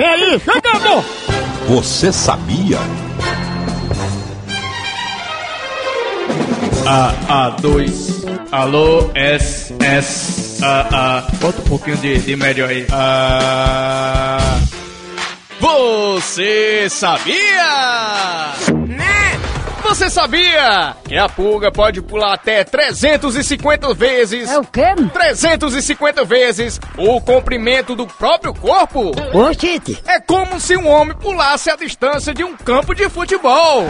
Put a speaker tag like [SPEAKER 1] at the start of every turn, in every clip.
[SPEAKER 1] É isso, acabou!
[SPEAKER 2] Você sabia?
[SPEAKER 3] A, A2. Alô, S, S, A, A. Bota um pouquinho de, de médio aí. A. Você sabia? Você sabia que a pulga pode pular até 350 vezes?
[SPEAKER 4] É o quê?
[SPEAKER 3] 350 vezes o comprimento do próprio corpo?
[SPEAKER 4] Ô, Tite.
[SPEAKER 3] É como se um homem pulasse a distância de um campo de futebol.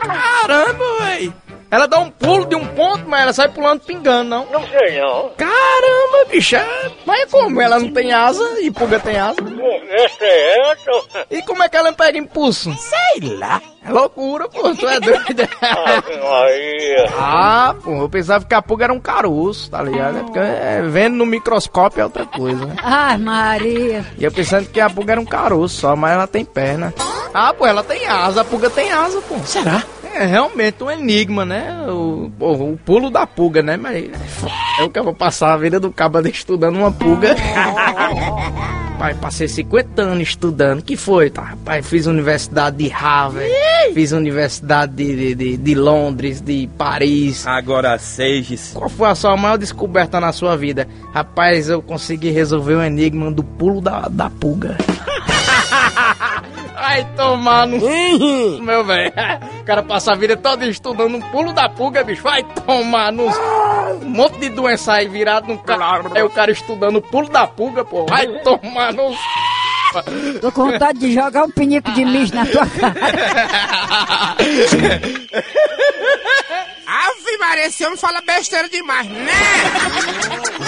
[SPEAKER 3] Caramba, véi! Ela dá um pulo de um ponto, mas ela sai pulando pingando, não?
[SPEAKER 5] Não sei não.
[SPEAKER 3] Caramba, bicha! Mas é como? Ela não tem asa e pulga tem asa?
[SPEAKER 5] Nesse ano,
[SPEAKER 3] E como é que ela pega impulso?
[SPEAKER 4] Sei lá.
[SPEAKER 3] É loucura, pô, tu é doida.
[SPEAKER 5] Ave Maria.
[SPEAKER 3] ah, pô, eu pensava que a pulga era um caroço, tá ligado? É porque é, vendo no microscópio é outra coisa, né?
[SPEAKER 4] Ai, Maria.
[SPEAKER 3] E eu pensando que a pulga era um caroço só, mas ela tem perna. Ah, pô, ela tem asa, a pulga tem asa, pô. Será? É realmente um enigma, né? O, pô, o pulo da pulga, né, Maria? É o que eu vou passar a vida do cabo estudando uma pulga. Pai, passei 50 anos estudando. Que foi, tá? Pai, fiz universidade de Harvard, fiz universidade de, de, de, de Londres, de Paris.
[SPEAKER 6] Agora seis.
[SPEAKER 3] Qual foi a sua maior descoberta na sua vida? Rapaz, eu consegui resolver o enigma do pulo da, da pulga. Vai tomar no cu, meu velho. O cara passa a vida toda estudando um pulo da pulga, bicho. Vai tomar no cu. Um monte de doença aí virado no cara. É o cara estudando o pulo da pulga, pô. Vai tomar no cu.
[SPEAKER 4] Tô com vontade de jogar um pinico de mijo na tua cara.
[SPEAKER 7] Ave Maria, esse homem fala besteira demais, né?